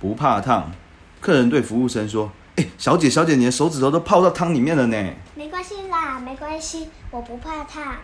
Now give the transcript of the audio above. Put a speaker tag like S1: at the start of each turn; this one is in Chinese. S1: 不怕烫。客人对服务生说：“哎、小姐，小姐，你的手指头都泡到汤里面了呢。”
S2: 没关系啦，没关系，我不怕烫。